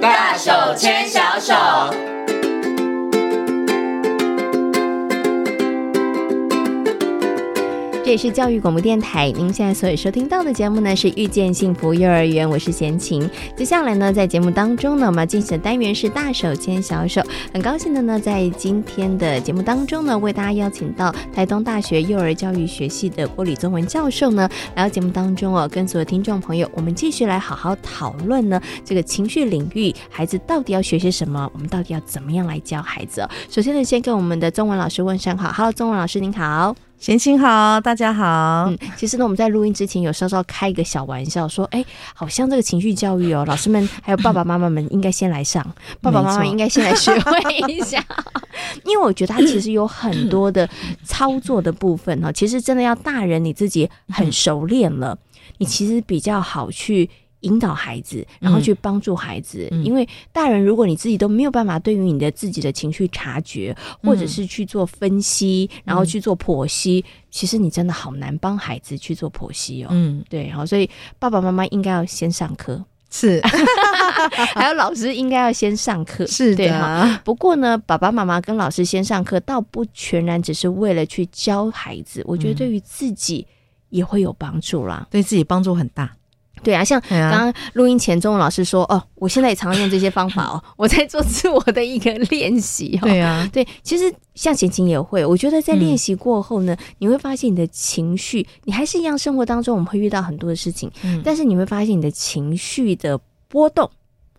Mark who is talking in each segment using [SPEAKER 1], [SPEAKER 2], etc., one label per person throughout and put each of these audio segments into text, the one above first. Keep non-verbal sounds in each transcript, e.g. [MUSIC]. [SPEAKER 1] 大手牵小手。
[SPEAKER 2] 这里是教育广播电台，您现在所收听到的节目呢是《遇见幸福幼儿园》，我是贤琴。接下来呢，在节目当中呢，我们要进行的单元是“大手牵小手”。很高兴的呢，在今天的节目当中呢，为大家邀请到台东大学幼儿教育学系的郭李宗文教授呢，来到节目当中哦，跟所有听众朋友，我们继续来好好讨论呢这个情绪领域，孩子到底要学些什么，我们到底要怎么样来教孩子、哦。首先呢，先跟我们的中文老师问声好，Hello，中文老师您好。
[SPEAKER 3] 贤心好，大家好。
[SPEAKER 2] 嗯，其实呢，我们在录音之前有稍稍开一个小玩笑，说，哎，好像这个情绪教育哦，老师们还有爸爸妈妈们应该先来 [LAUGHS] 上，爸爸妈妈应该先来学会一下， [LAUGHS] 因为我觉得它其实有很多的操作的部分哈，其实真的要大人你自己很熟练了，你其实比较好去。引导孩子，然后去帮助孩子，因为大人如果你自己都没有办法对于你的自己的情绪察觉，或者是去做分析，然
[SPEAKER 3] 嗯
[SPEAKER 2] 后去做剖析，其实你真的好难帮孩子去做剖析哦。
[SPEAKER 3] 嗯，
[SPEAKER 2] 对，好，所以爸爸妈妈应该要先上课， [LAUGHS]
[SPEAKER 3] 是
[SPEAKER 2] 还有老师应该要先上课。
[SPEAKER 3] 是
[SPEAKER 2] 对啊哈
[SPEAKER 3] 的，
[SPEAKER 2] 不过呢，爸爸妈妈跟老师先上课，倒不全然只是为了去教孩子，我觉得
[SPEAKER 3] 嗯
[SPEAKER 2] 对于自己也会有帮助啦。
[SPEAKER 3] 对自己帮助很大。
[SPEAKER 2] 对啊，像
[SPEAKER 3] 对啊
[SPEAKER 2] 刚刚录音前，中文老师说：“哦，我现在也常用这些方法哦，我在做自我的一个练习、哦。”
[SPEAKER 3] 对啊，
[SPEAKER 2] 对，其实像贤琴也会，我觉得在
[SPEAKER 3] 嗯
[SPEAKER 2] 练习过后呢，你会发现你的情绪，你还是一样，生活当中我们会遇到很多的事情，
[SPEAKER 3] 嗯
[SPEAKER 2] 但是你会发现你的情绪的波动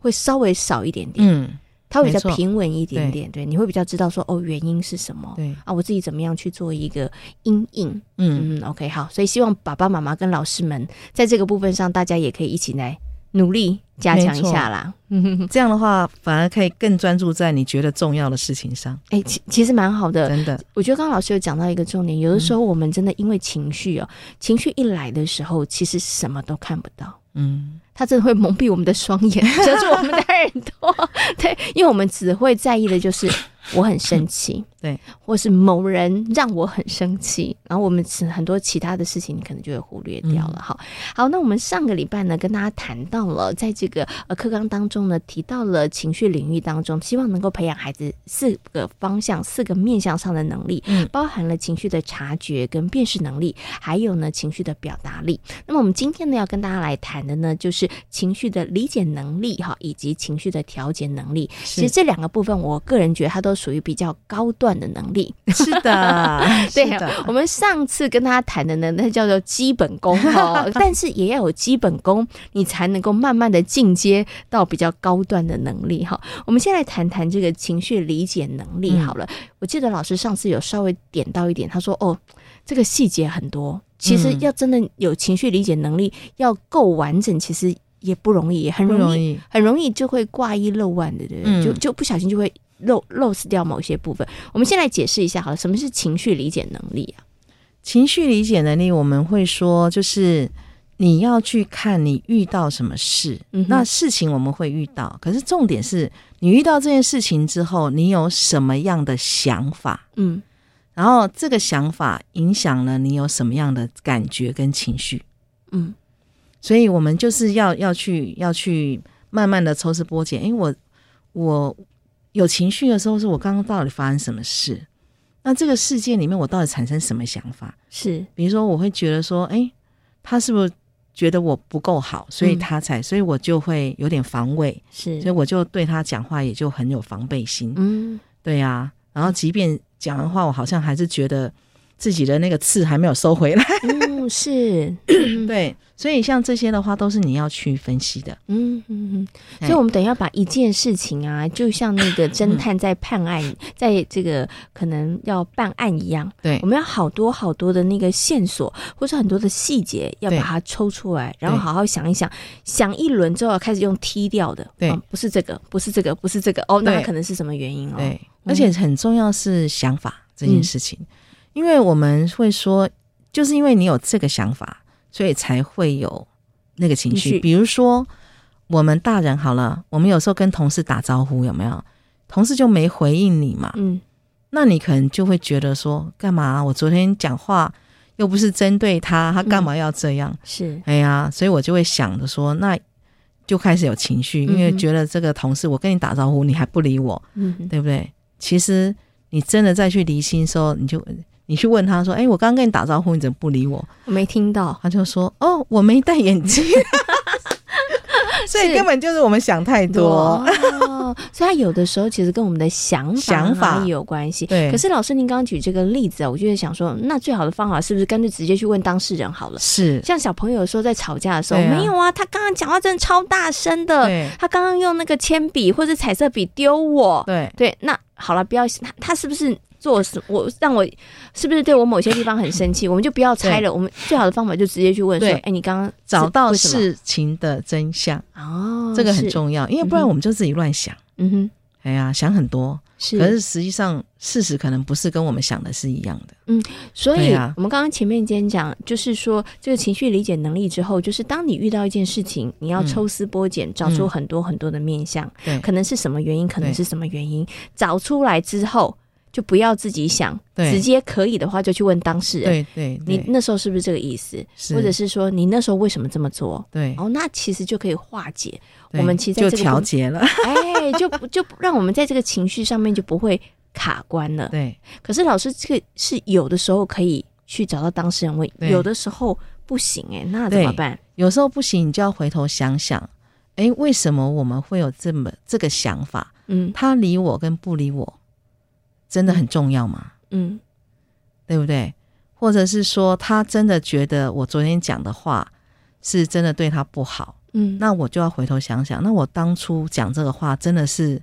[SPEAKER 2] 会稍微少一点点，
[SPEAKER 3] 嗯，
[SPEAKER 2] 它会比
[SPEAKER 3] 没
[SPEAKER 2] 较
[SPEAKER 3] 错
[SPEAKER 2] 平稳一点点，对，你会比较知道说哦，原因是什么。
[SPEAKER 3] 对，
[SPEAKER 2] 啊，我自己怎么样去做一个阴影？
[SPEAKER 3] 嗯，
[SPEAKER 2] 嗯，OK，好，所以希望爸爸妈妈跟老师们在这个部分上，大家也可以一起来努力加
[SPEAKER 3] 没
[SPEAKER 2] 强一
[SPEAKER 3] 错
[SPEAKER 2] 下啦。
[SPEAKER 3] 嗯这样的话反而可以更专注在你觉得重要的事情上，
[SPEAKER 2] 哎、其其实蛮好的，
[SPEAKER 3] 真的。
[SPEAKER 2] 我觉得刚刚老师有讲到一个重点，有的时候我们真的因为情绪哦，情绪一来的时候，其实什么都看不到。
[SPEAKER 3] 嗯，
[SPEAKER 2] 它真的会蒙蔽我们的双
[SPEAKER 3] [LAUGHS]
[SPEAKER 2] 眼，遮住我们的耳朵。 [LAUGHS] 对，因为我们只会在意的就是我很生气，
[SPEAKER 3] [LAUGHS] 对，
[SPEAKER 2] 或是某人让我很生气，然后我们其很多其他的事情，你可能就会忽略掉
[SPEAKER 3] 嗯
[SPEAKER 2] 了。好，好，那我们上个礼拜呢，跟大家谈到了，在这个呃课纲当中呢，提到了情绪领域当中，希望能够培养孩子四个方向、四个面向上的能力，
[SPEAKER 3] 嗯
[SPEAKER 2] 包含了情绪的察觉跟辨识能力，还有呢情绪的表达力。那么我们今天呢要跟大家来谈的呢，就是情绪的理解能力哈，以及情绪的调节能力。其实
[SPEAKER 3] 是
[SPEAKER 2] 这两个部分，我个人觉得它都属于比较高段的能力。
[SPEAKER 3] [LAUGHS] 是的，
[SPEAKER 2] [LAUGHS] 对啊
[SPEAKER 3] 是的，
[SPEAKER 2] 我们上次跟他谈的呢，那叫做基本功
[SPEAKER 3] [LAUGHS]
[SPEAKER 2] 哦，但是也要有基本功，你才能够慢慢的进阶到比较高段的能力哈、我们先来谈谈这个情绪理解能
[SPEAKER 3] 嗯
[SPEAKER 2] 力好了。我记得老师上次有稍微点到一点，他说哦，这个细节很多，其实
[SPEAKER 3] 嗯
[SPEAKER 2] 要真的有情绪理解能力，要够完整，其实也不容易，也很
[SPEAKER 3] 不
[SPEAKER 2] 容
[SPEAKER 3] 容
[SPEAKER 2] 易
[SPEAKER 3] 易。
[SPEAKER 2] 很容易就会挂一漏万的，对不对？
[SPEAKER 3] 嗯
[SPEAKER 2] 就就不小心就会漏漏失掉某些部分。我们先来解释一下好了，什么是情绪理解能力啊？
[SPEAKER 3] 情绪理解能力，我们会说就是。你要去看你遇到什么事，
[SPEAKER 2] 嗯哼
[SPEAKER 3] 那事情我们会遇到，可是重点是你遇到这件事情之后，你有什么样的想法？
[SPEAKER 2] 嗯
[SPEAKER 3] 然后这个想法影响了你有什么样的感觉跟情绪，
[SPEAKER 2] 嗯
[SPEAKER 3] 所以我们就是要要去要去慢慢的抽丝剥茧。因为我我有情绪的时候，是我刚刚到底发生什么事？那这个事件里面，我到底产生什么想法？
[SPEAKER 2] 是
[SPEAKER 3] 比如说，我会觉得说，哎，他是不是觉得我不够好，所以
[SPEAKER 2] 嗯
[SPEAKER 3] 他才，所以我就会有点防卫，
[SPEAKER 2] 是
[SPEAKER 3] 所以我就对他讲话也就很有防备心。
[SPEAKER 2] 嗯
[SPEAKER 3] 对呀、然后即便讲完话，我好像还是觉得自己的那个刺还没有收回来。
[SPEAKER 2] 嗯是
[SPEAKER 3] [LAUGHS] 对，所以像这些的话，都是你要去分析的。
[SPEAKER 2] 嗯嗯 [LAUGHS] 嗯，所以我们等一下把一件事情啊，就像那 [COUGHS] 个侦探在判案，在这个可能要办案一样，
[SPEAKER 3] 对
[SPEAKER 2] 我们要好多好多的那个线索，或是很多的细节，要把
[SPEAKER 3] 对
[SPEAKER 2] 它抽出来，然后
[SPEAKER 3] 对
[SPEAKER 2] 好好想一想，想一轮之后开始用踢掉的，
[SPEAKER 3] 对
[SPEAKER 2] 哦不是这个，不是这个，不是这个，哦，那
[SPEAKER 3] 对
[SPEAKER 2] 它可能是什么原因哦？
[SPEAKER 3] 对，而且很重要是想法这件事情，因为我们会说，就是因为你有这个想法，所以才会有那个情
[SPEAKER 2] 情绪
[SPEAKER 3] 绪。比如说，我们大人好了，我们有时候跟同事打招呼，有没有？同事就没回应你嘛，
[SPEAKER 2] 嗯，
[SPEAKER 3] 那你可能就会觉得说，干嘛？啊我昨天讲话又
[SPEAKER 2] 嗯
[SPEAKER 3] 不是针对他，他干嘛要这样？
[SPEAKER 2] 是，
[SPEAKER 3] 哎呀，所以我就会想着说，那就开始有情绪，因为
[SPEAKER 2] 嗯哼
[SPEAKER 3] 觉得这个同事我跟你打招呼你还不理我，
[SPEAKER 2] 嗯，
[SPEAKER 3] 对不对？其实你真的再去离心的时候，你就你去问他说：“哎，我刚刚跟你打招呼，你怎么不理我
[SPEAKER 2] 我没听？”到，
[SPEAKER 3] 他就说：“哦，我没戴眼镜。” [LAUGHS] 所以
[SPEAKER 2] 是
[SPEAKER 3] 根本就是我们想太 [LAUGHS] 多。
[SPEAKER 2] 哦，所以他有的时候其实跟我们的想法
[SPEAKER 3] 想法
[SPEAKER 2] 也有关系。
[SPEAKER 3] 对
[SPEAKER 2] 可是老师您刚刚举这个例子啊，我就在想说，那最好的方法是不是干脆直接去问当事人好了？
[SPEAKER 3] 是，
[SPEAKER 2] 像小朋友说在吵架的时候，
[SPEAKER 3] 对啊
[SPEAKER 2] 没有啊，他刚刚讲话真的超大声的，
[SPEAKER 3] 对
[SPEAKER 2] 他刚刚用那个铅笔或者彩色笔丢我，
[SPEAKER 3] 对
[SPEAKER 2] 对，那好了，不要他他是不是做什我让我是不是对我某些地方很生气，我们就不要猜了。我们最好的方法就直接去问说，
[SPEAKER 3] 对
[SPEAKER 2] 哎，你刚刚是
[SPEAKER 3] 找到
[SPEAKER 2] 为什么
[SPEAKER 3] 事情的真相，
[SPEAKER 2] 哦，
[SPEAKER 3] 这个很
[SPEAKER 2] 是，
[SPEAKER 3] 重要，因为不然
[SPEAKER 2] 嗯哼
[SPEAKER 3] 我们就自己乱想。
[SPEAKER 2] 嗯哼，
[SPEAKER 3] 哎呀，想很多，
[SPEAKER 2] 是。
[SPEAKER 3] 可是实际上事实可能不是跟我们想的是一样的。
[SPEAKER 2] 所以
[SPEAKER 3] 对啊
[SPEAKER 2] 我们刚刚前面先讲，就是说这个情绪理解能力之后，就是当你遇到一件事情，你要
[SPEAKER 3] 嗯
[SPEAKER 2] 抽丝剥茧，找出很多很多的面相，
[SPEAKER 3] 对
[SPEAKER 2] 可能是什么原因，可能
[SPEAKER 3] 对
[SPEAKER 2] 是什么原因，找出来之后就不要自己想，
[SPEAKER 3] 对
[SPEAKER 2] 直接可以的话就去问当事人。
[SPEAKER 3] 对对，
[SPEAKER 2] 你
[SPEAKER 3] 对
[SPEAKER 2] 那时候是不是这个意思？
[SPEAKER 3] 是
[SPEAKER 2] 或者是说你那时候为什么这么做？
[SPEAKER 3] 对，
[SPEAKER 2] 哦，那其实就可以化解，
[SPEAKER 3] 对
[SPEAKER 2] 我们其实在
[SPEAKER 3] 就
[SPEAKER 2] 这个
[SPEAKER 3] 调
[SPEAKER 2] 过
[SPEAKER 3] 节
[SPEAKER 2] [LAUGHS]
[SPEAKER 3] 了。
[SPEAKER 2] 哎，就不就不让我们在这个情绪上面就不会卡关了。
[SPEAKER 3] 对
[SPEAKER 2] 可是老师，这个是有的时候可以去找到当事人问，
[SPEAKER 3] 对
[SPEAKER 2] 有的时候不行哎、那怎么办？
[SPEAKER 3] 有时候不行，你就要回头想想，哎，为什么我们会有这么这个想法？
[SPEAKER 2] 嗯
[SPEAKER 3] 他理我跟不理我，真的很重要吗？
[SPEAKER 2] 嗯
[SPEAKER 3] 对不对？或者是说，他真的觉得我昨天讲的话是真的对他不好，
[SPEAKER 2] 嗯，
[SPEAKER 3] 那我就要回头想想，那我当初讲这个话真的是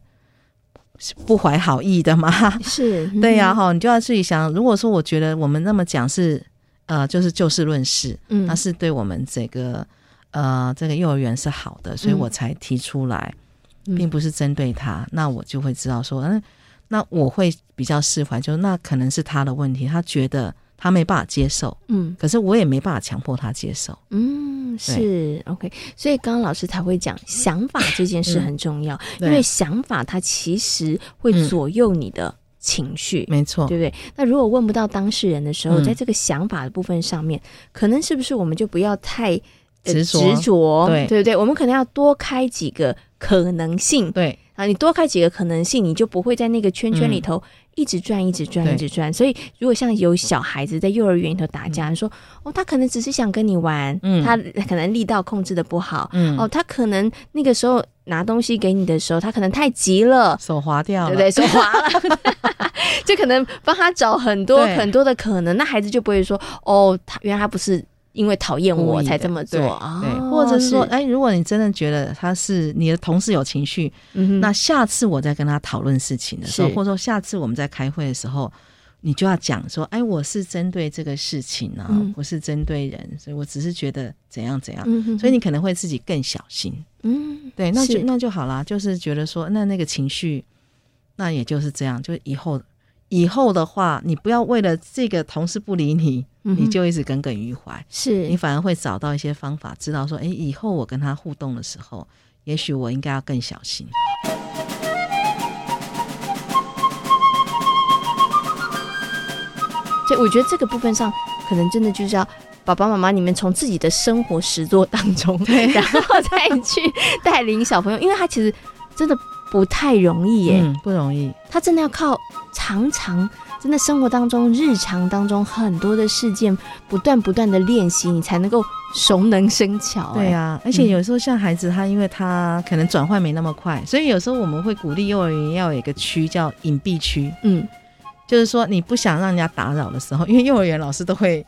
[SPEAKER 3] 是不怀好意的吗？
[SPEAKER 2] 嗯是嗯
[SPEAKER 3] 对呀、，哈，你就要自己想。如果说我觉得我们那么讲是，呃，就是就事论事，
[SPEAKER 2] 嗯
[SPEAKER 3] 那是对我们这个呃这个幼儿园是好的，所以我才提出来，
[SPEAKER 2] 嗯
[SPEAKER 3] 并不是针对他。那我就会知道说，嗯，那我会比较释怀，就是那可能是他的问题，他觉得他没办法接受，
[SPEAKER 2] 嗯
[SPEAKER 3] 可是我也没办法强迫他接受。
[SPEAKER 2] 嗯是 OK，所以刚刚老师才会讲想法这件事很重要，
[SPEAKER 3] 嗯对嗯
[SPEAKER 2] 因为想法它其实会左右你的情绪。
[SPEAKER 3] 没错，
[SPEAKER 2] 对不对？那如果问不到当事人的时候，
[SPEAKER 3] 嗯
[SPEAKER 2] 在这个想法的部分上面，可能是不是我们就不要太呃
[SPEAKER 3] 执着
[SPEAKER 2] 执着，
[SPEAKER 3] 对
[SPEAKER 2] 对不对？我们可能要多开几个可能性
[SPEAKER 3] 对
[SPEAKER 2] 啊，你多开几个可能性，你就不会在那个圈圈里头一直转、一直转、
[SPEAKER 3] 嗯对
[SPEAKER 2] 一直转。所以，如果像有小孩子在幼儿园里头打架，你说哦，他可能只是想跟你玩，
[SPEAKER 3] 嗯
[SPEAKER 2] 他可能力道控制的不好，
[SPEAKER 3] 嗯
[SPEAKER 2] 哦，他可能那个时候拿东西给你的时候，他可能太急了，
[SPEAKER 3] 手滑掉
[SPEAKER 2] 对
[SPEAKER 3] 了，
[SPEAKER 2] 不对？手滑了， [LAUGHS] 就可能帮他找很多
[SPEAKER 3] 对
[SPEAKER 2] 很多的可能，那孩子就不会说哦，他原来他不是因为讨厌
[SPEAKER 3] 故
[SPEAKER 2] 我
[SPEAKER 3] 意的
[SPEAKER 2] 才这么做
[SPEAKER 3] 对
[SPEAKER 2] 啊，
[SPEAKER 3] 对
[SPEAKER 2] 哦
[SPEAKER 3] 或者是说，，哎，如果你真的觉得他是你的同事有情绪，
[SPEAKER 2] 嗯哼
[SPEAKER 3] 那下次我再跟他讨论事情的时候，
[SPEAKER 2] 是
[SPEAKER 3] 或者说下次我们在开会的时候，你就要讲说，哎，我是针对这个事情啊，
[SPEAKER 2] 嗯
[SPEAKER 3] 不是针对人，所以我只是觉得怎样怎样，
[SPEAKER 2] 嗯哼
[SPEAKER 3] 所以你可能会自己更小心。
[SPEAKER 2] 嗯
[SPEAKER 3] 对，那就是那就好啦，就是觉得说，那那个情绪，那也就是这样，就以后。以后的话，你不要为了这个同事不理你，
[SPEAKER 2] 嗯哼
[SPEAKER 3] 你就一直耿耿于怀。
[SPEAKER 2] 是
[SPEAKER 3] 你反而会找到一些方法，知道说，诶，以后我跟他互动的时候，也许我应该要更小心。
[SPEAKER 2] 所以我觉得这个部分上，可能真的就是要爸爸妈妈，你们从自己的生活实作当中， [LAUGHS] 然后再去带领小朋友，因为他其实真的不太容易耶，
[SPEAKER 3] 嗯，不容易。
[SPEAKER 2] 他真的要靠常常。真的生活当中、日常当中很多的事件，不断不断的练习，你才能够熟能生巧。
[SPEAKER 3] 对
[SPEAKER 2] 哎，
[SPEAKER 3] 啊，而且有时候像孩子，他因为他可能转换没那么快，所以有时候我们会鼓励幼儿园要有一个区叫隐蔽区，
[SPEAKER 2] 嗯，
[SPEAKER 3] 就是说你不想让人家打扰的时候，因为幼儿园老师都会。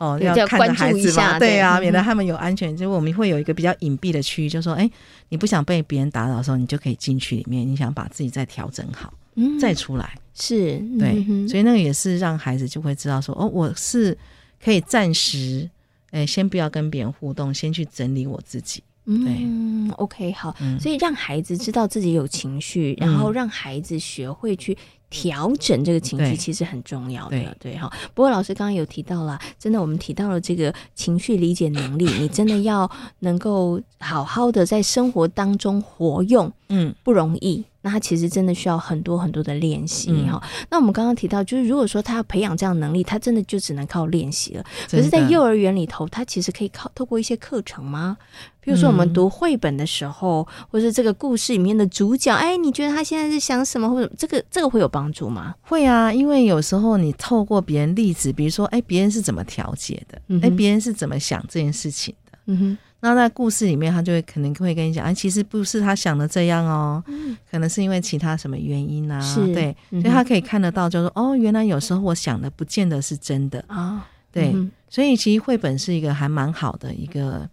[SPEAKER 3] 哦，
[SPEAKER 2] 对
[SPEAKER 3] 要
[SPEAKER 2] 就要
[SPEAKER 3] 看
[SPEAKER 2] 关
[SPEAKER 3] 着
[SPEAKER 2] 注
[SPEAKER 3] 孩子
[SPEAKER 2] 一下
[SPEAKER 3] 嘛，对
[SPEAKER 2] 对
[SPEAKER 3] 啊，
[SPEAKER 2] 嗯
[SPEAKER 3] 免得他们有安全。就我们会有一个比较隐蔽的区域，就说，哎，你不想被别人打扰的时候，你就可以进去里面，你想把自己再调整好，
[SPEAKER 2] 嗯
[SPEAKER 3] 再出来。
[SPEAKER 2] 是
[SPEAKER 3] 对
[SPEAKER 2] 嗯，哼
[SPEAKER 3] 所以那个也是让孩子就会知道说，哦，我是可以暂时，哎、先不要跟别人互动，先去整理我自己。
[SPEAKER 2] 嗯，OK，好，
[SPEAKER 3] 嗯
[SPEAKER 2] 所以让孩子知道自己有情绪，然后让孩子学会去调整这个情绪，
[SPEAKER 3] 对
[SPEAKER 2] 其实很重要的
[SPEAKER 3] 对，
[SPEAKER 2] 对哈。不过老师刚刚有提到啦，真的我们提到了这个情绪理解能力，你真的要能够好好的在生活当中活用，
[SPEAKER 3] 嗯，
[SPEAKER 2] 不容易。那他其实真的需要很多很多的练习
[SPEAKER 3] 嗯
[SPEAKER 2] 哈。那我们刚刚提到，就是如果说他要培养这样的能力，他真的就只能靠练习了。可
[SPEAKER 3] 真
[SPEAKER 2] 是，在
[SPEAKER 3] 的
[SPEAKER 2] 幼儿园里头，他其实可以靠透过一些课程吗？比如说
[SPEAKER 3] 嗯
[SPEAKER 2] 我们读绘本的时候，或是这个故事里面的主角，哎，你觉得他现在是想什么，或者这个这个会有帮助吗？
[SPEAKER 3] 会啊，因为有时候你透过别人例子，比如说，哎，别人是怎么调节的
[SPEAKER 2] 嗯，哼
[SPEAKER 3] 哎、别人是怎么想这件事情的，
[SPEAKER 2] 嗯哼，
[SPEAKER 3] 那在故事里面，他就会可能会跟你讲，哎，其实不是他想的这样哦，可能是因为其他什么原因啊，
[SPEAKER 2] 是
[SPEAKER 3] 对，
[SPEAKER 2] 嗯哼
[SPEAKER 3] 所以他可以看得到，就是哦，原来有时候我想的不见得是真的，
[SPEAKER 2] 啊，
[SPEAKER 3] 对，
[SPEAKER 2] 嗯
[SPEAKER 3] 所以其实绘本是一个还蛮好的一个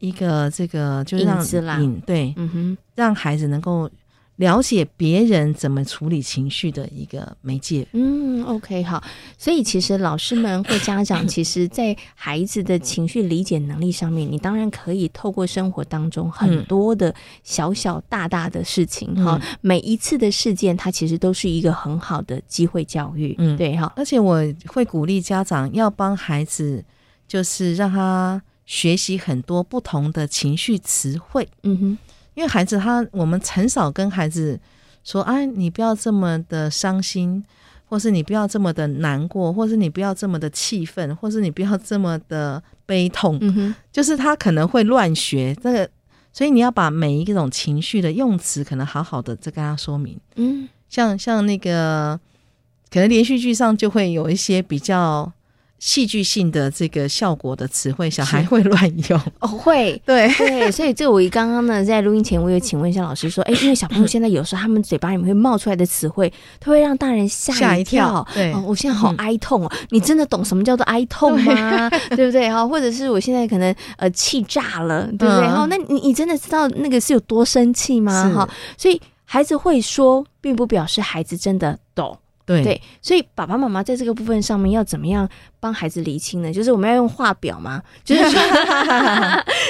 [SPEAKER 3] 一个这个，就是让
[SPEAKER 2] 引子啦
[SPEAKER 3] 引对，
[SPEAKER 2] 嗯哼，
[SPEAKER 3] 让孩子能够了解别人怎么处理情绪的一个媒介。
[SPEAKER 2] 嗯，OK，好。所以其实老师们或家长，
[SPEAKER 3] [COUGHS]
[SPEAKER 2] 其实，在孩子的情绪理解能力上面，你当然可以透过生活当中很
[SPEAKER 3] 嗯
[SPEAKER 2] 多的小小大大的事情哈、每一次的事件，它其实都是一个很好的机会教育，
[SPEAKER 3] 嗯
[SPEAKER 2] 对哈，
[SPEAKER 3] 而且我会鼓励家长要帮孩子，就是让他学习很多不同的情绪词汇，
[SPEAKER 2] 嗯哼，
[SPEAKER 3] 因为孩子他我们很少跟孩子说，哎，你不要这么的伤心，或是你不要这么的难过，或是你不要这么的气愤，或是你不要这么的悲痛，
[SPEAKER 2] 嗯哼，
[SPEAKER 3] 就是他可能会乱学这个。所以你要把每一种情绪的用词，可能好好的再跟他说明。
[SPEAKER 2] 嗯
[SPEAKER 3] 像像那个，可能连续剧上就会有一些比较戏剧性的这个效果的词汇，小孩会乱用。
[SPEAKER 2] 哦，会。
[SPEAKER 3] 对，
[SPEAKER 2] 对，所以这我刚刚呢，在录音前我有请问一下老师说，哎，因为小朋友现在有时候他们嘴巴里面会冒出来的词汇，它会让大人吓
[SPEAKER 3] 吓一
[SPEAKER 2] 跳
[SPEAKER 3] 跳。对嗯
[SPEAKER 2] 哦，我现在好哀痛哦！你真的懂什么叫做哀痛吗？ [LAUGHS] 对不对？哈，哦或者是我现在可能呃气炸了，对不对？
[SPEAKER 3] 嗯
[SPEAKER 2] 哈、那你你真的知道那个是有多生气吗？
[SPEAKER 3] 是
[SPEAKER 2] 哈，所以孩子会说，并不表示孩子真的懂。
[SPEAKER 3] 对
[SPEAKER 2] 对，所以爸爸妈妈在这个部分上面要怎么样帮孩子厘清呢？就是我们要用画表嘛， [LAUGHS] 就是说，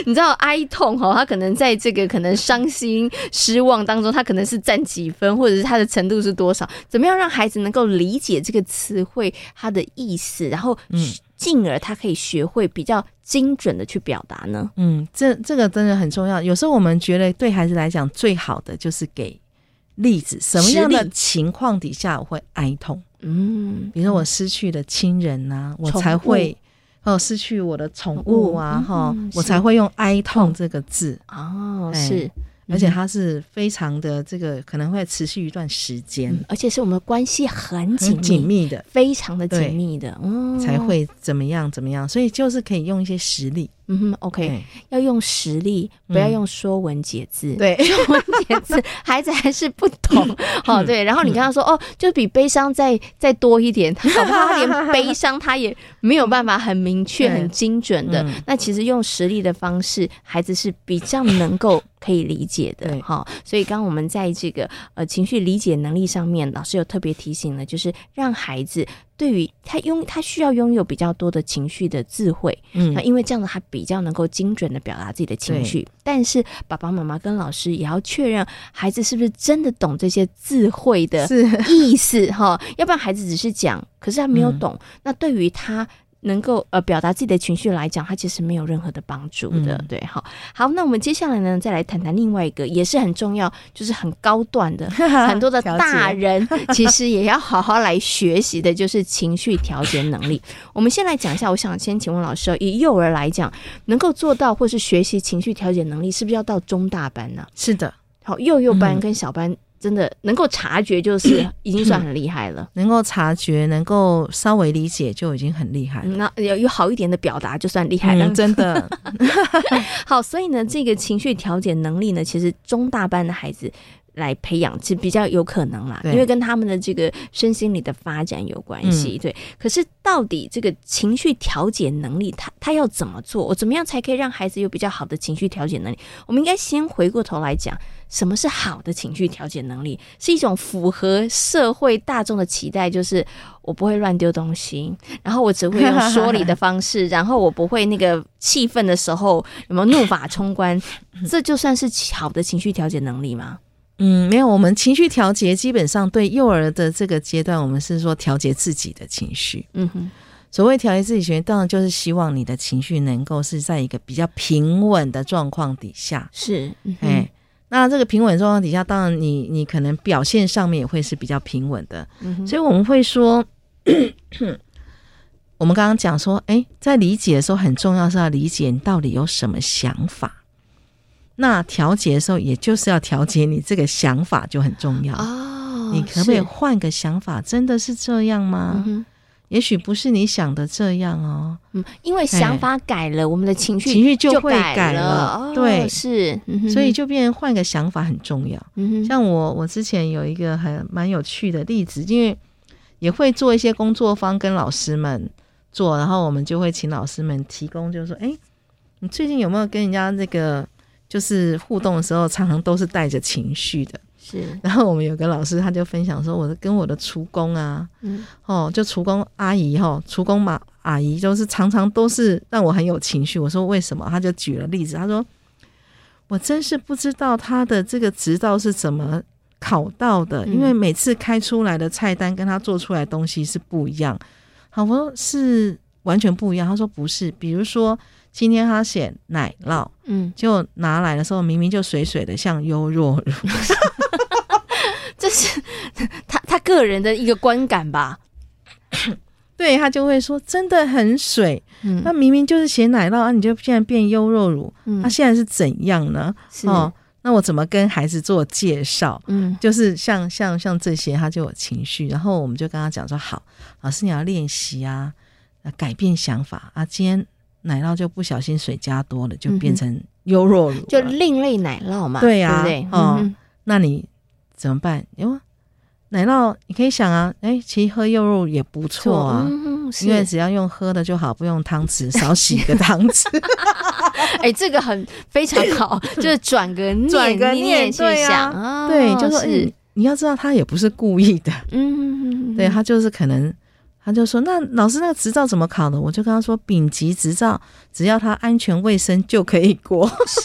[SPEAKER 2] 你知道哀痛哦哈，他可能在这个可能伤心、失望当中，他可能是占几分，或者是他的程度是多少？怎么样让孩子能够理解这个词汇它的意思，然后
[SPEAKER 3] 嗯
[SPEAKER 2] 进而他可以学会比较精准的去表达呢？
[SPEAKER 3] 嗯，这这个真的很重要。有时候我们觉得对孩子来讲最好的就是给例子，什么样
[SPEAKER 2] 实
[SPEAKER 3] 的
[SPEAKER 2] 例
[SPEAKER 3] 情况底下我会哀痛？
[SPEAKER 2] 嗯，
[SPEAKER 3] 比如说我失去了亲人呐、我
[SPEAKER 2] 宠
[SPEAKER 3] 才
[SPEAKER 2] 物
[SPEAKER 3] 会哦失去我的宠物啊，哈、
[SPEAKER 2] 嗯
[SPEAKER 3] 我
[SPEAKER 2] 是
[SPEAKER 3] 才会用哀痛这个字，
[SPEAKER 2] 哦，
[SPEAKER 3] 哎
[SPEAKER 2] 是，
[SPEAKER 3] 而且它是非常的这个可能会持续一段时间，
[SPEAKER 2] 而且是我们的关系很紧
[SPEAKER 3] 嗯
[SPEAKER 2] 嗯
[SPEAKER 3] 很
[SPEAKER 2] 密，
[SPEAKER 3] 紧密的。
[SPEAKER 2] 非常的紧
[SPEAKER 3] 对
[SPEAKER 2] 密的，嗯，
[SPEAKER 3] 才。会怎么样怎么样，所以就是可以用一些实例。
[SPEAKER 2] 嗯哼，OK，
[SPEAKER 3] 哎
[SPEAKER 2] 要用实力，不要
[SPEAKER 3] 嗯
[SPEAKER 2] 用说文解字。
[SPEAKER 3] 对，嗯
[SPEAKER 2] 说文 [LAUGHS] 解字，孩子还是不
[SPEAKER 3] [LAUGHS]
[SPEAKER 2] 懂。哦，对，然后你跟他说，哦，就比悲伤再再多一
[SPEAKER 3] [LAUGHS]
[SPEAKER 2] 点，他搞不好他连悲伤他也没有办法很明确、
[SPEAKER 3] 对
[SPEAKER 2] 很精准的
[SPEAKER 3] 嗯。
[SPEAKER 2] 那其实用实力的方式，孩子是比较能够可以理解的
[SPEAKER 3] 对。
[SPEAKER 2] 哈，所以刚刚我们在这个呃情绪理解能力上面，老师有特别提醒了，就是让孩子对于他拥他需要拥有比较多的情绪的智慧。
[SPEAKER 3] 嗯
[SPEAKER 2] 那因为这样子，他比较能够精准的表达自己的情绪。但是爸爸妈妈跟老师也要确认孩子是不是真的懂这些智慧的
[SPEAKER 3] 是
[SPEAKER 2] 意思
[SPEAKER 3] [LAUGHS]
[SPEAKER 2] 哈，要不然孩子只是讲，可是他没有
[SPEAKER 3] 嗯
[SPEAKER 2] 懂。那对于他。能够呃表达自己的情绪来讲，他其实没有任何的帮助的，
[SPEAKER 3] 嗯
[SPEAKER 2] 对，好，好，那我们接下来呢，再来谈谈另外一个也是很重要，就是很高段
[SPEAKER 3] [LAUGHS]
[SPEAKER 2] 的，很多的
[SPEAKER 3] 调
[SPEAKER 2] 大
[SPEAKER 3] 节
[SPEAKER 2] 人 [LAUGHS] 其实也要好好来学习的，就是情绪调节能
[SPEAKER 3] [LAUGHS]
[SPEAKER 2] 力。我们先来讲一下，我想先请问老师哦，以幼儿来讲，能够做到或是学习情绪调节能力，是不是要到中大班呢、
[SPEAKER 3] 是的，
[SPEAKER 2] 好，幼幼班
[SPEAKER 3] 嗯
[SPEAKER 2] 跟小班真的能够察觉，就是
[SPEAKER 3] [CLEARS THROAT]
[SPEAKER 2] 已经算很厉害了。
[SPEAKER 3] 能够察觉，能够稍微理解就已经很厉害了。
[SPEAKER 2] 那有有好一点的表达就算厉嗯害了。
[SPEAKER 3] 嗯真
[SPEAKER 2] [LAUGHS]
[SPEAKER 3] 的，
[SPEAKER 2] 好，所以呢，这个情绪调节能力呢，其实中大班的孩子来培养是比较有可能啦，
[SPEAKER 3] 对
[SPEAKER 2] 因为跟他们的这个身心理的发展有关系。
[SPEAKER 3] 嗯
[SPEAKER 2] 对，可是到底这个情绪调节能力，他他要怎么做？我怎么样才可以让孩子有比较好的情绪调节能力？我们应该先回过头来讲，什么是好的情绪调节能力？是一种符合社会大众的期待，就是我不会乱丢东西，然后我只会用说理的方
[SPEAKER 3] [LAUGHS]
[SPEAKER 2] 式，然后我不会那个气愤的时候有没有怒发冲
[SPEAKER 3] [LAUGHS]
[SPEAKER 2] 冠，这就算是好的情绪调节能力吗？
[SPEAKER 3] 嗯，没有，我们情绪调节基本上对幼儿的这个阶段，我们是说调节自己的情绪。
[SPEAKER 2] 嗯哼，
[SPEAKER 3] 所谓调节自己情绪，当然就是希望你的情绪能够是在一个比较平稳的状况底下，
[SPEAKER 2] 是，嗯哼
[SPEAKER 3] 哎，那这个平稳状况底下，当然你你可能表现上面也会是比较平稳的，
[SPEAKER 2] 嗯哼
[SPEAKER 3] 所以我们会说， [CLEARS THROAT] 我们刚刚讲说，哎，在理解的时候很重要是要理解你到底有什么想法。那调节的时候，也就是要调节你这个想法就很重要。
[SPEAKER 2] 哦
[SPEAKER 3] 你可不可以
[SPEAKER 2] 是
[SPEAKER 3] 换啊个想法？真的是这样吗？
[SPEAKER 2] 嗯哼
[SPEAKER 3] 也许不是你想的这样哦，
[SPEAKER 2] 嗯，因为想法改了，我们的情绪
[SPEAKER 3] 哎情绪就会
[SPEAKER 2] 改
[SPEAKER 3] 改
[SPEAKER 2] 了
[SPEAKER 3] 了。
[SPEAKER 2] 哦
[SPEAKER 3] 对
[SPEAKER 2] 是，嗯哼
[SPEAKER 3] 所以就变成换个想法很重要。
[SPEAKER 2] 嗯哼
[SPEAKER 3] 像我，我之前有一个很蛮有趣的例子，因为也会做一些工作坊跟老师们做，然后我们就会请老师们提供，就是说，哎、你最近有没有跟人家那个就是互动的时候，常常都是带着情绪的？
[SPEAKER 2] 是，
[SPEAKER 3] [LAUGHS] 然后我们有个老师他就分享说，我的跟我的厨工啊，
[SPEAKER 2] 嗯
[SPEAKER 3] 哦，就厨工阿姨哈、哦，厨工嘛阿姨就是常常都是让我很有情绪。我说为什么？他就举了例子，他说我真是不知道他的这个执照是怎么考到的，
[SPEAKER 2] 嗯
[SPEAKER 3] 因为每次开出来的菜单跟他做出来的东西是不一样。好，我说是完全不一样。他说不是，比如说今天他写奶酪，
[SPEAKER 2] 嗯，
[SPEAKER 3] 就拿来的时候明明就水水的，像优若乳。
[SPEAKER 2] 这是 [LAUGHS] 他他个人的一个观感吧。
[SPEAKER 3] 对他就会说真的很水，
[SPEAKER 2] 嗯
[SPEAKER 3] 那明明就是写奶酪啊，你就现在变优若乳，
[SPEAKER 2] 嗯
[SPEAKER 3] 那、现在是怎样呢？
[SPEAKER 2] 是，
[SPEAKER 3] 哦，那我怎么跟孩子做介绍？
[SPEAKER 2] 嗯
[SPEAKER 3] 就是像像像这些，他就有情绪，然后我们就跟他讲说，好，老师你要练习啊，啊改变想法啊，今天奶酪就不小心水加多了，就变成优若乳了、
[SPEAKER 2] 嗯就另类奶酪嘛，
[SPEAKER 3] 对
[SPEAKER 2] 呀，
[SPEAKER 3] 呀
[SPEAKER 2] 对不对？
[SPEAKER 3] 哦
[SPEAKER 2] 嗯哼
[SPEAKER 3] 那你怎么办？因为奶酪你可以想啊，哎，其实喝优若乳也不错啊。
[SPEAKER 2] 嗯，是
[SPEAKER 3] 因为只要用喝的就好，不用汤匙，少洗一个汤匙，
[SPEAKER 2] [LAUGHS] 哎，这个很非常
[SPEAKER 3] [LAUGHS]
[SPEAKER 2] 好，就是转个念，
[SPEAKER 3] 转个
[SPEAKER 2] 念
[SPEAKER 3] 念
[SPEAKER 2] 去
[SPEAKER 3] 对啊
[SPEAKER 2] 想，哦
[SPEAKER 3] 对，就说
[SPEAKER 2] 是
[SPEAKER 3] 嗯，你要知道他也不是故意的，
[SPEAKER 2] 嗯，
[SPEAKER 3] 对他就是可能，他就说那老师那个执照怎么考的？我就跟他说，丙级执照只要他安全卫生就可以
[SPEAKER 2] [LAUGHS]
[SPEAKER 3] 过。
[SPEAKER 2] 是，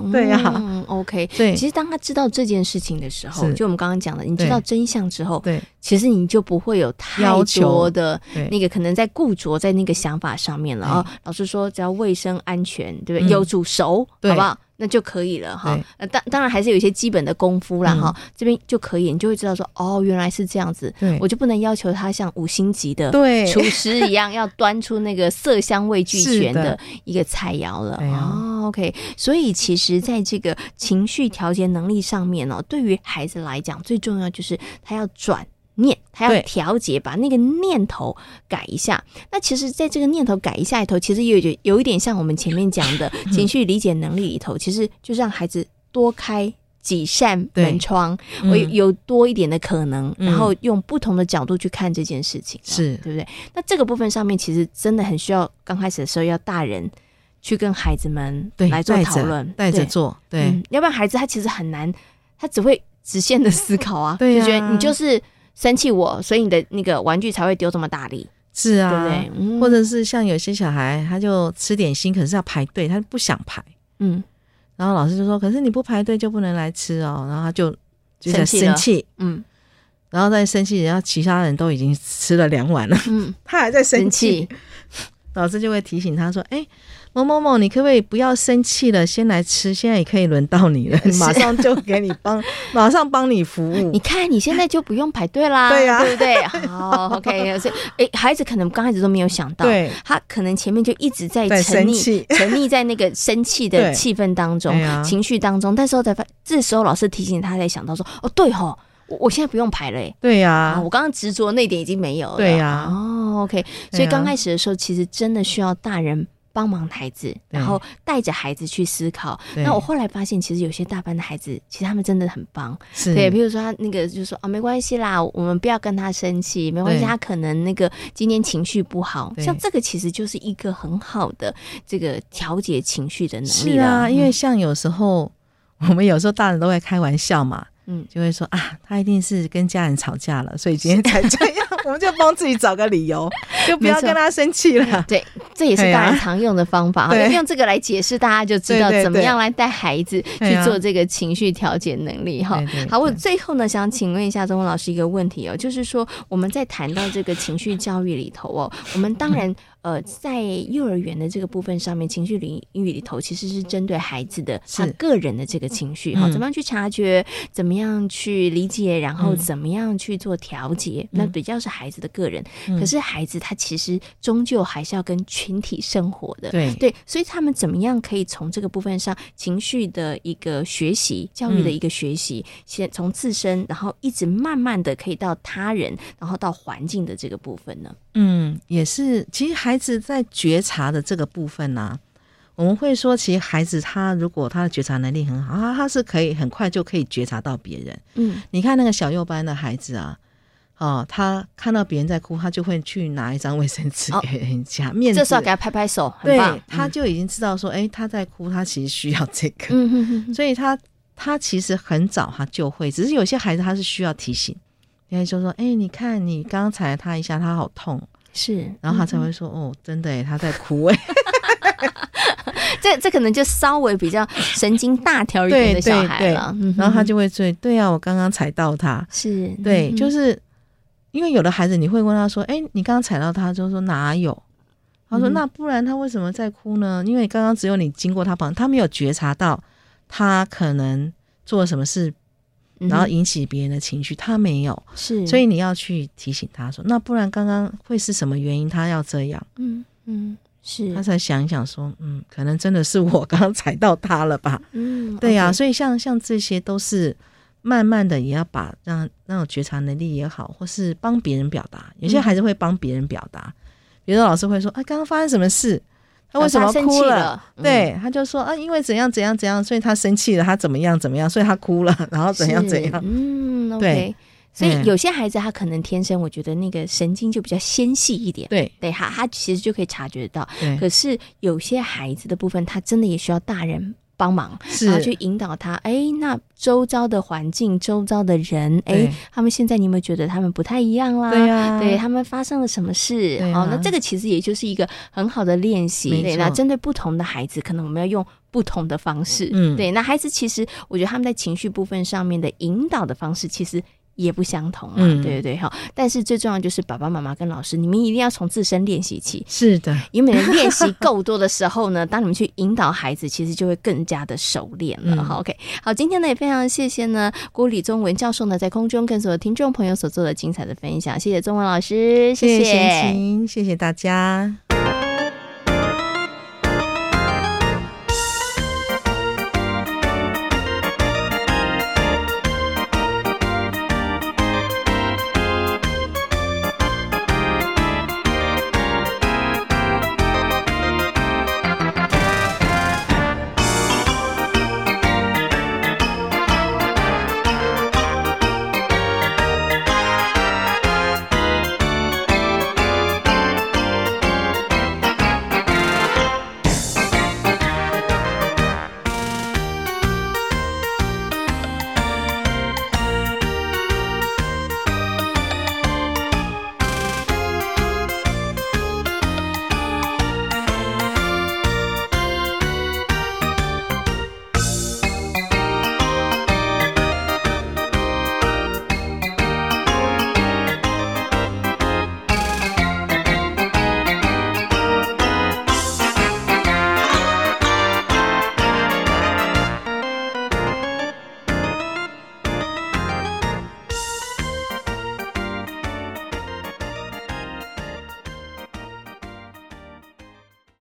[SPEAKER 3] [LAUGHS] 对啊
[SPEAKER 2] 嗯，OK。
[SPEAKER 3] 对
[SPEAKER 2] 其实当他知道这件事情的时候，
[SPEAKER 3] 是
[SPEAKER 2] 就我们刚刚讲的，你知
[SPEAKER 3] 对
[SPEAKER 2] 道真相之后，
[SPEAKER 3] 对
[SPEAKER 2] 其实你就不会有太
[SPEAKER 3] 要求
[SPEAKER 2] 多的
[SPEAKER 3] 对
[SPEAKER 2] 那个可能在固着在那个想法上面了
[SPEAKER 3] 对
[SPEAKER 2] 啊。老师说，只要卫生安全，对不对？
[SPEAKER 3] 嗯
[SPEAKER 2] 有煮熟，
[SPEAKER 3] 对
[SPEAKER 2] 好不好？那就可以了哈
[SPEAKER 3] 对。嗯
[SPEAKER 2] 呃，当当然还是有一些基本的功夫啦哈，这边就可以，你就会知道说，哦，原来是这样子，
[SPEAKER 3] 对
[SPEAKER 2] 我就不能要求他像五星级的
[SPEAKER 3] 对
[SPEAKER 2] 厨师一样，要端出那个色香味俱全
[SPEAKER 3] 是
[SPEAKER 2] 的
[SPEAKER 3] 的
[SPEAKER 2] 一个菜肴了。
[SPEAKER 3] 对啊
[SPEAKER 2] 哦，OK，所以其实在这个情绪调节能力上面哦，对于孩子来讲，最重要就是他要转。念，他要
[SPEAKER 3] 对
[SPEAKER 2] 调节，把那个念头改一下。那其实，在这个念头改一下里头，其实也有有一点像我们前面讲
[SPEAKER 3] [LAUGHS]
[SPEAKER 2] 的情绪理解能力里头，其实就让孩子多开几扇门
[SPEAKER 3] 对
[SPEAKER 2] 窗，
[SPEAKER 3] 嗯
[SPEAKER 2] 我有有多一点的可能，
[SPEAKER 3] 嗯
[SPEAKER 2] 然后用不同的角度去看这件事情啊了，
[SPEAKER 3] 是
[SPEAKER 2] 对不对？那这个部分上面，其实真的很需要刚开始的时候要大人去跟孩子们
[SPEAKER 3] 对
[SPEAKER 2] 来做
[SPEAKER 3] 带
[SPEAKER 2] 讨
[SPEAKER 3] 着
[SPEAKER 2] 论，
[SPEAKER 3] 带着
[SPEAKER 2] 对
[SPEAKER 3] 做，对
[SPEAKER 2] 嗯，要不然孩子他其实很难，他只会直线的思考啊，
[SPEAKER 3] [LAUGHS] 对
[SPEAKER 2] 就
[SPEAKER 3] 啊
[SPEAKER 2] 觉得你就是生气我，所以你的那个玩具才会丢这么大力，
[SPEAKER 3] 是
[SPEAKER 2] 对不
[SPEAKER 3] 啊，
[SPEAKER 2] 对？嗯
[SPEAKER 3] 或者是像有些小孩，他就吃点心，可是要排队，他不想排，
[SPEAKER 2] 嗯
[SPEAKER 3] 然后老师就说，可是你不排队就不能来吃哦，然后他就就
[SPEAKER 2] 生
[SPEAKER 3] 在
[SPEAKER 2] 气了
[SPEAKER 3] 生气，
[SPEAKER 2] 嗯
[SPEAKER 3] 然后再生气，然后其他人都已经吃了两碗了， [LAUGHS]
[SPEAKER 2] 嗯，
[SPEAKER 3] 他还在
[SPEAKER 2] 生气，
[SPEAKER 3] 老师就会提醒他说：“哎、某某某，你可不可以不要生气了，先来吃，现在也可以轮到你了，
[SPEAKER 2] 是
[SPEAKER 3] 马 [LAUGHS] 上就给你
[SPEAKER 2] [LAUGHS]
[SPEAKER 3] 帮，马上帮你服
[SPEAKER 2] 哎你
[SPEAKER 3] 务。
[SPEAKER 2] 看你现在就不用排队啦，
[SPEAKER 3] [LAUGHS] 对啊
[SPEAKER 2] 对不对？好，OK，所以诶，孩子可能刚开始都没有想”到，
[SPEAKER 3] 对，
[SPEAKER 2] 他可能前面就一直在
[SPEAKER 3] 在
[SPEAKER 2] 沉
[SPEAKER 3] 生
[SPEAKER 2] 溺，
[SPEAKER 3] 气
[SPEAKER 2] [LAUGHS] 沉溺在那个生气的
[SPEAKER 3] 对
[SPEAKER 2] 气氛当中、
[SPEAKER 3] 对啊
[SPEAKER 2] 情绪当中，但时候才发，这时候老师提醒他才想到说，哦，对吼，我我现在不用排了耶，
[SPEAKER 3] 对呀、
[SPEAKER 2] 啊，我刚刚执着那点已经没有了，
[SPEAKER 3] 对呀
[SPEAKER 2] 哦，OK，所以刚开始的时候，其实真的需要大人。帮忙孩子，
[SPEAKER 3] 对
[SPEAKER 2] 然后带着孩子去思考。
[SPEAKER 3] 对
[SPEAKER 2] 那我后来发现，其实有些大班的孩子，其实他们真的很棒。
[SPEAKER 3] 是
[SPEAKER 2] 对，比如说他那个就说啊，没关系啦，我们不要跟他生气，没关系，
[SPEAKER 3] 对
[SPEAKER 2] 他可能那个今天情绪不好，
[SPEAKER 3] 对
[SPEAKER 2] 像这个其实就是一个很好的这个调节情绪的能力
[SPEAKER 3] 是
[SPEAKER 2] 啦。嗯
[SPEAKER 3] 啊，因为像有时候 [LAUGHS] 我们有时候大人都会开玩笑嘛，
[SPEAKER 2] 嗯
[SPEAKER 3] 嗯，就会说啊，他一定是跟家人吵架了，所以今天才这样。我们就帮自己找个理由， [LAUGHS] 就不要跟他生气了。
[SPEAKER 2] 对，这也是
[SPEAKER 3] 对
[SPEAKER 2] 大
[SPEAKER 3] 啊
[SPEAKER 2] 人常用的方法，
[SPEAKER 3] 对
[SPEAKER 2] 哈用这个来解释，大家就知道
[SPEAKER 3] 对对对
[SPEAKER 2] 怎么样来带孩子
[SPEAKER 3] 对
[SPEAKER 2] 去
[SPEAKER 3] 啊
[SPEAKER 2] 做这个情绪调节能力哈
[SPEAKER 3] 对对。对
[SPEAKER 2] 好，我最后呢想请问一下钟文老师一个问题哦，就是说我们在谈到这个情绪教育里头哦，我们当
[SPEAKER 3] [LAUGHS]
[SPEAKER 2] 然呃在幼儿园的这个部分上面，情绪领域里头其实是针对孩子的
[SPEAKER 3] 是
[SPEAKER 2] 他个人的这个情绪哈，
[SPEAKER 3] 嗯
[SPEAKER 2] 怎么样去察觉，怎么样去理解，然后
[SPEAKER 3] 嗯
[SPEAKER 2] 怎么样去做调节，那比较是孩子的个人。
[SPEAKER 3] 嗯
[SPEAKER 2] 可是孩子他其实终究还是要跟群体生活的。
[SPEAKER 3] [LAUGHS] 对
[SPEAKER 2] 所以他们怎么样可以从这个部分上情绪的一个学习、教
[SPEAKER 3] 嗯
[SPEAKER 2] 育的一个学习，先从自身，然后一直慢慢的可以到他人，然后到环境的这个部分呢？
[SPEAKER 3] 嗯，也是。其实孩子在觉察的这个部分呢、啊我们会说，其实孩子他如果他的觉察能力很好，他他是可以很快就可以觉察到别人。
[SPEAKER 2] 嗯，
[SPEAKER 3] 你看那个小幼班的孩子啊，哦，他看到别人在哭，他就会去拿一张卫生纸
[SPEAKER 2] 哦
[SPEAKER 3] 给人家、面子。
[SPEAKER 2] 这时候给他拍拍手，很
[SPEAKER 3] 对
[SPEAKER 2] 棒。，
[SPEAKER 3] 他就已经知道说，哎、他在哭，他其实需要这个。
[SPEAKER 2] 嗯哼哼
[SPEAKER 3] [LAUGHS]
[SPEAKER 2] 哼，
[SPEAKER 3] 所以他他其实很早他就会，只是有些孩子他是需要提醒，因为就说，哎、你看你刚才他一下，他好痛，
[SPEAKER 2] 是，
[SPEAKER 3] 然后他才会
[SPEAKER 2] 嗯
[SPEAKER 3] 说，哦，真的耶，他在哭
[SPEAKER 2] [LAUGHS]
[SPEAKER 3] 哎，
[SPEAKER 2] 这这可能就稍微比较神经大条一点的小孩了。嗯哼
[SPEAKER 3] 然后他就会追，对啊，我刚刚踩到他，
[SPEAKER 2] 是，
[SPEAKER 3] 对，
[SPEAKER 2] 嗯哼
[SPEAKER 3] 就是因为有的孩子你会问他说，哎、你刚刚踩到他，就说哪有。他说
[SPEAKER 2] 嗯：“
[SPEAKER 3] 那不然他为什么在哭呢？因为刚刚只有你经过他旁，他没有觉察到他可能做了什么事，
[SPEAKER 2] 嗯哼
[SPEAKER 3] 然后引起别人的情绪，他没有。
[SPEAKER 2] 是，
[SPEAKER 3] 所以你要去提醒他说，那不然刚刚会是什么原因？他要这样，
[SPEAKER 2] 嗯嗯是
[SPEAKER 3] 他，才想一想说，嗯，可能真的是我刚刚踩到他了
[SPEAKER 2] [LAUGHS]
[SPEAKER 3] 吧？
[SPEAKER 2] 嗯，
[SPEAKER 3] 对呀、
[SPEAKER 2] OK
[SPEAKER 3] 所以像像这些都是慢慢的，也要把让让有觉察能力也好，或是帮别人表达，有些
[SPEAKER 2] 嗯
[SPEAKER 3] 孩子会帮别人表达，比如说老师会说，啊，刚刚发生什么事？他为什么
[SPEAKER 2] 老师哦他生气
[SPEAKER 3] 哭了？
[SPEAKER 2] 了嗯
[SPEAKER 3] 对，他就说啊，因为怎样怎样怎样，所以他生气了，他怎么样怎么样，所以他哭了， [LAUGHS] 然后怎样
[SPEAKER 2] 是
[SPEAKER 3] 怎样。
[SPEAKER 2] 嗯，OK
[SPEAKER 3] 对。
[SPEAKER 2] 所以
[SPEAKER 3] 嗯
[SPEAKER 2] 有些孩子他可能天生，我觉得那个神经就比较纤细一点，
[SPEAKER 3] 对
[SPEAKER 2] 对他他其实就可以察觉到。
[SPEAKER 3] 对，
[SPEAKER 2] 可是有些孩子的部分，他真的也需要大人帮忙，
[SPEAKER 3] 是
[SPEAKER 2] 然后去引导他。哎，那周遭的环境、周遭的人，哎
[SPEAKER 3] 对，
[SPEAKER 2] 他们现在你有没有觉得他们不太一样啦？
[SPEAKER 3] 对啊呀
[SPEAKER 2] 对他们发生了什么事？
[SPEAKER 3] 对啊
[SPEAKER 2] 哦，那这个其实也就是一个很好的练习。
[SPEAKER 3] 没
[SPEAKER 2] 对，
[SPEAKER 3] 错
[SPEAKER 2] 那针对不同的孩子，可能我们要用不同的方式。
[SPEAKER 3] 嗯
[SPEAKER 2] 对，那孩子其实我觉得他们在情绪部分上面的引导的方式，其实。也不相同嘛，
[SPEAKER 3] 嗯
[SPEAKER 2] 对对对哈。但是最重要就是爸爸妈妈跟老师，你们一定要从自身练习起，
[SPEAKER 3] 是的，
[SPEAKER 2] 因为你们练习够多的时候呢，当 [LAUGHS] 你们去引导孩子，其实就会更加的熟练了。
[SPEAKER 3] 嗯
[SPEAKER 2] 好，OK，好，今天呢也非常谢谢呢郭李宗文教授呢在空中跟所有听众朋友所做的精彩的分享，谢谢宗文老师，
[SPEAKER 3] 谢
[SPEAKER 2] 谢
[SPEAKER 3] 谢贤琴，谢谢大家。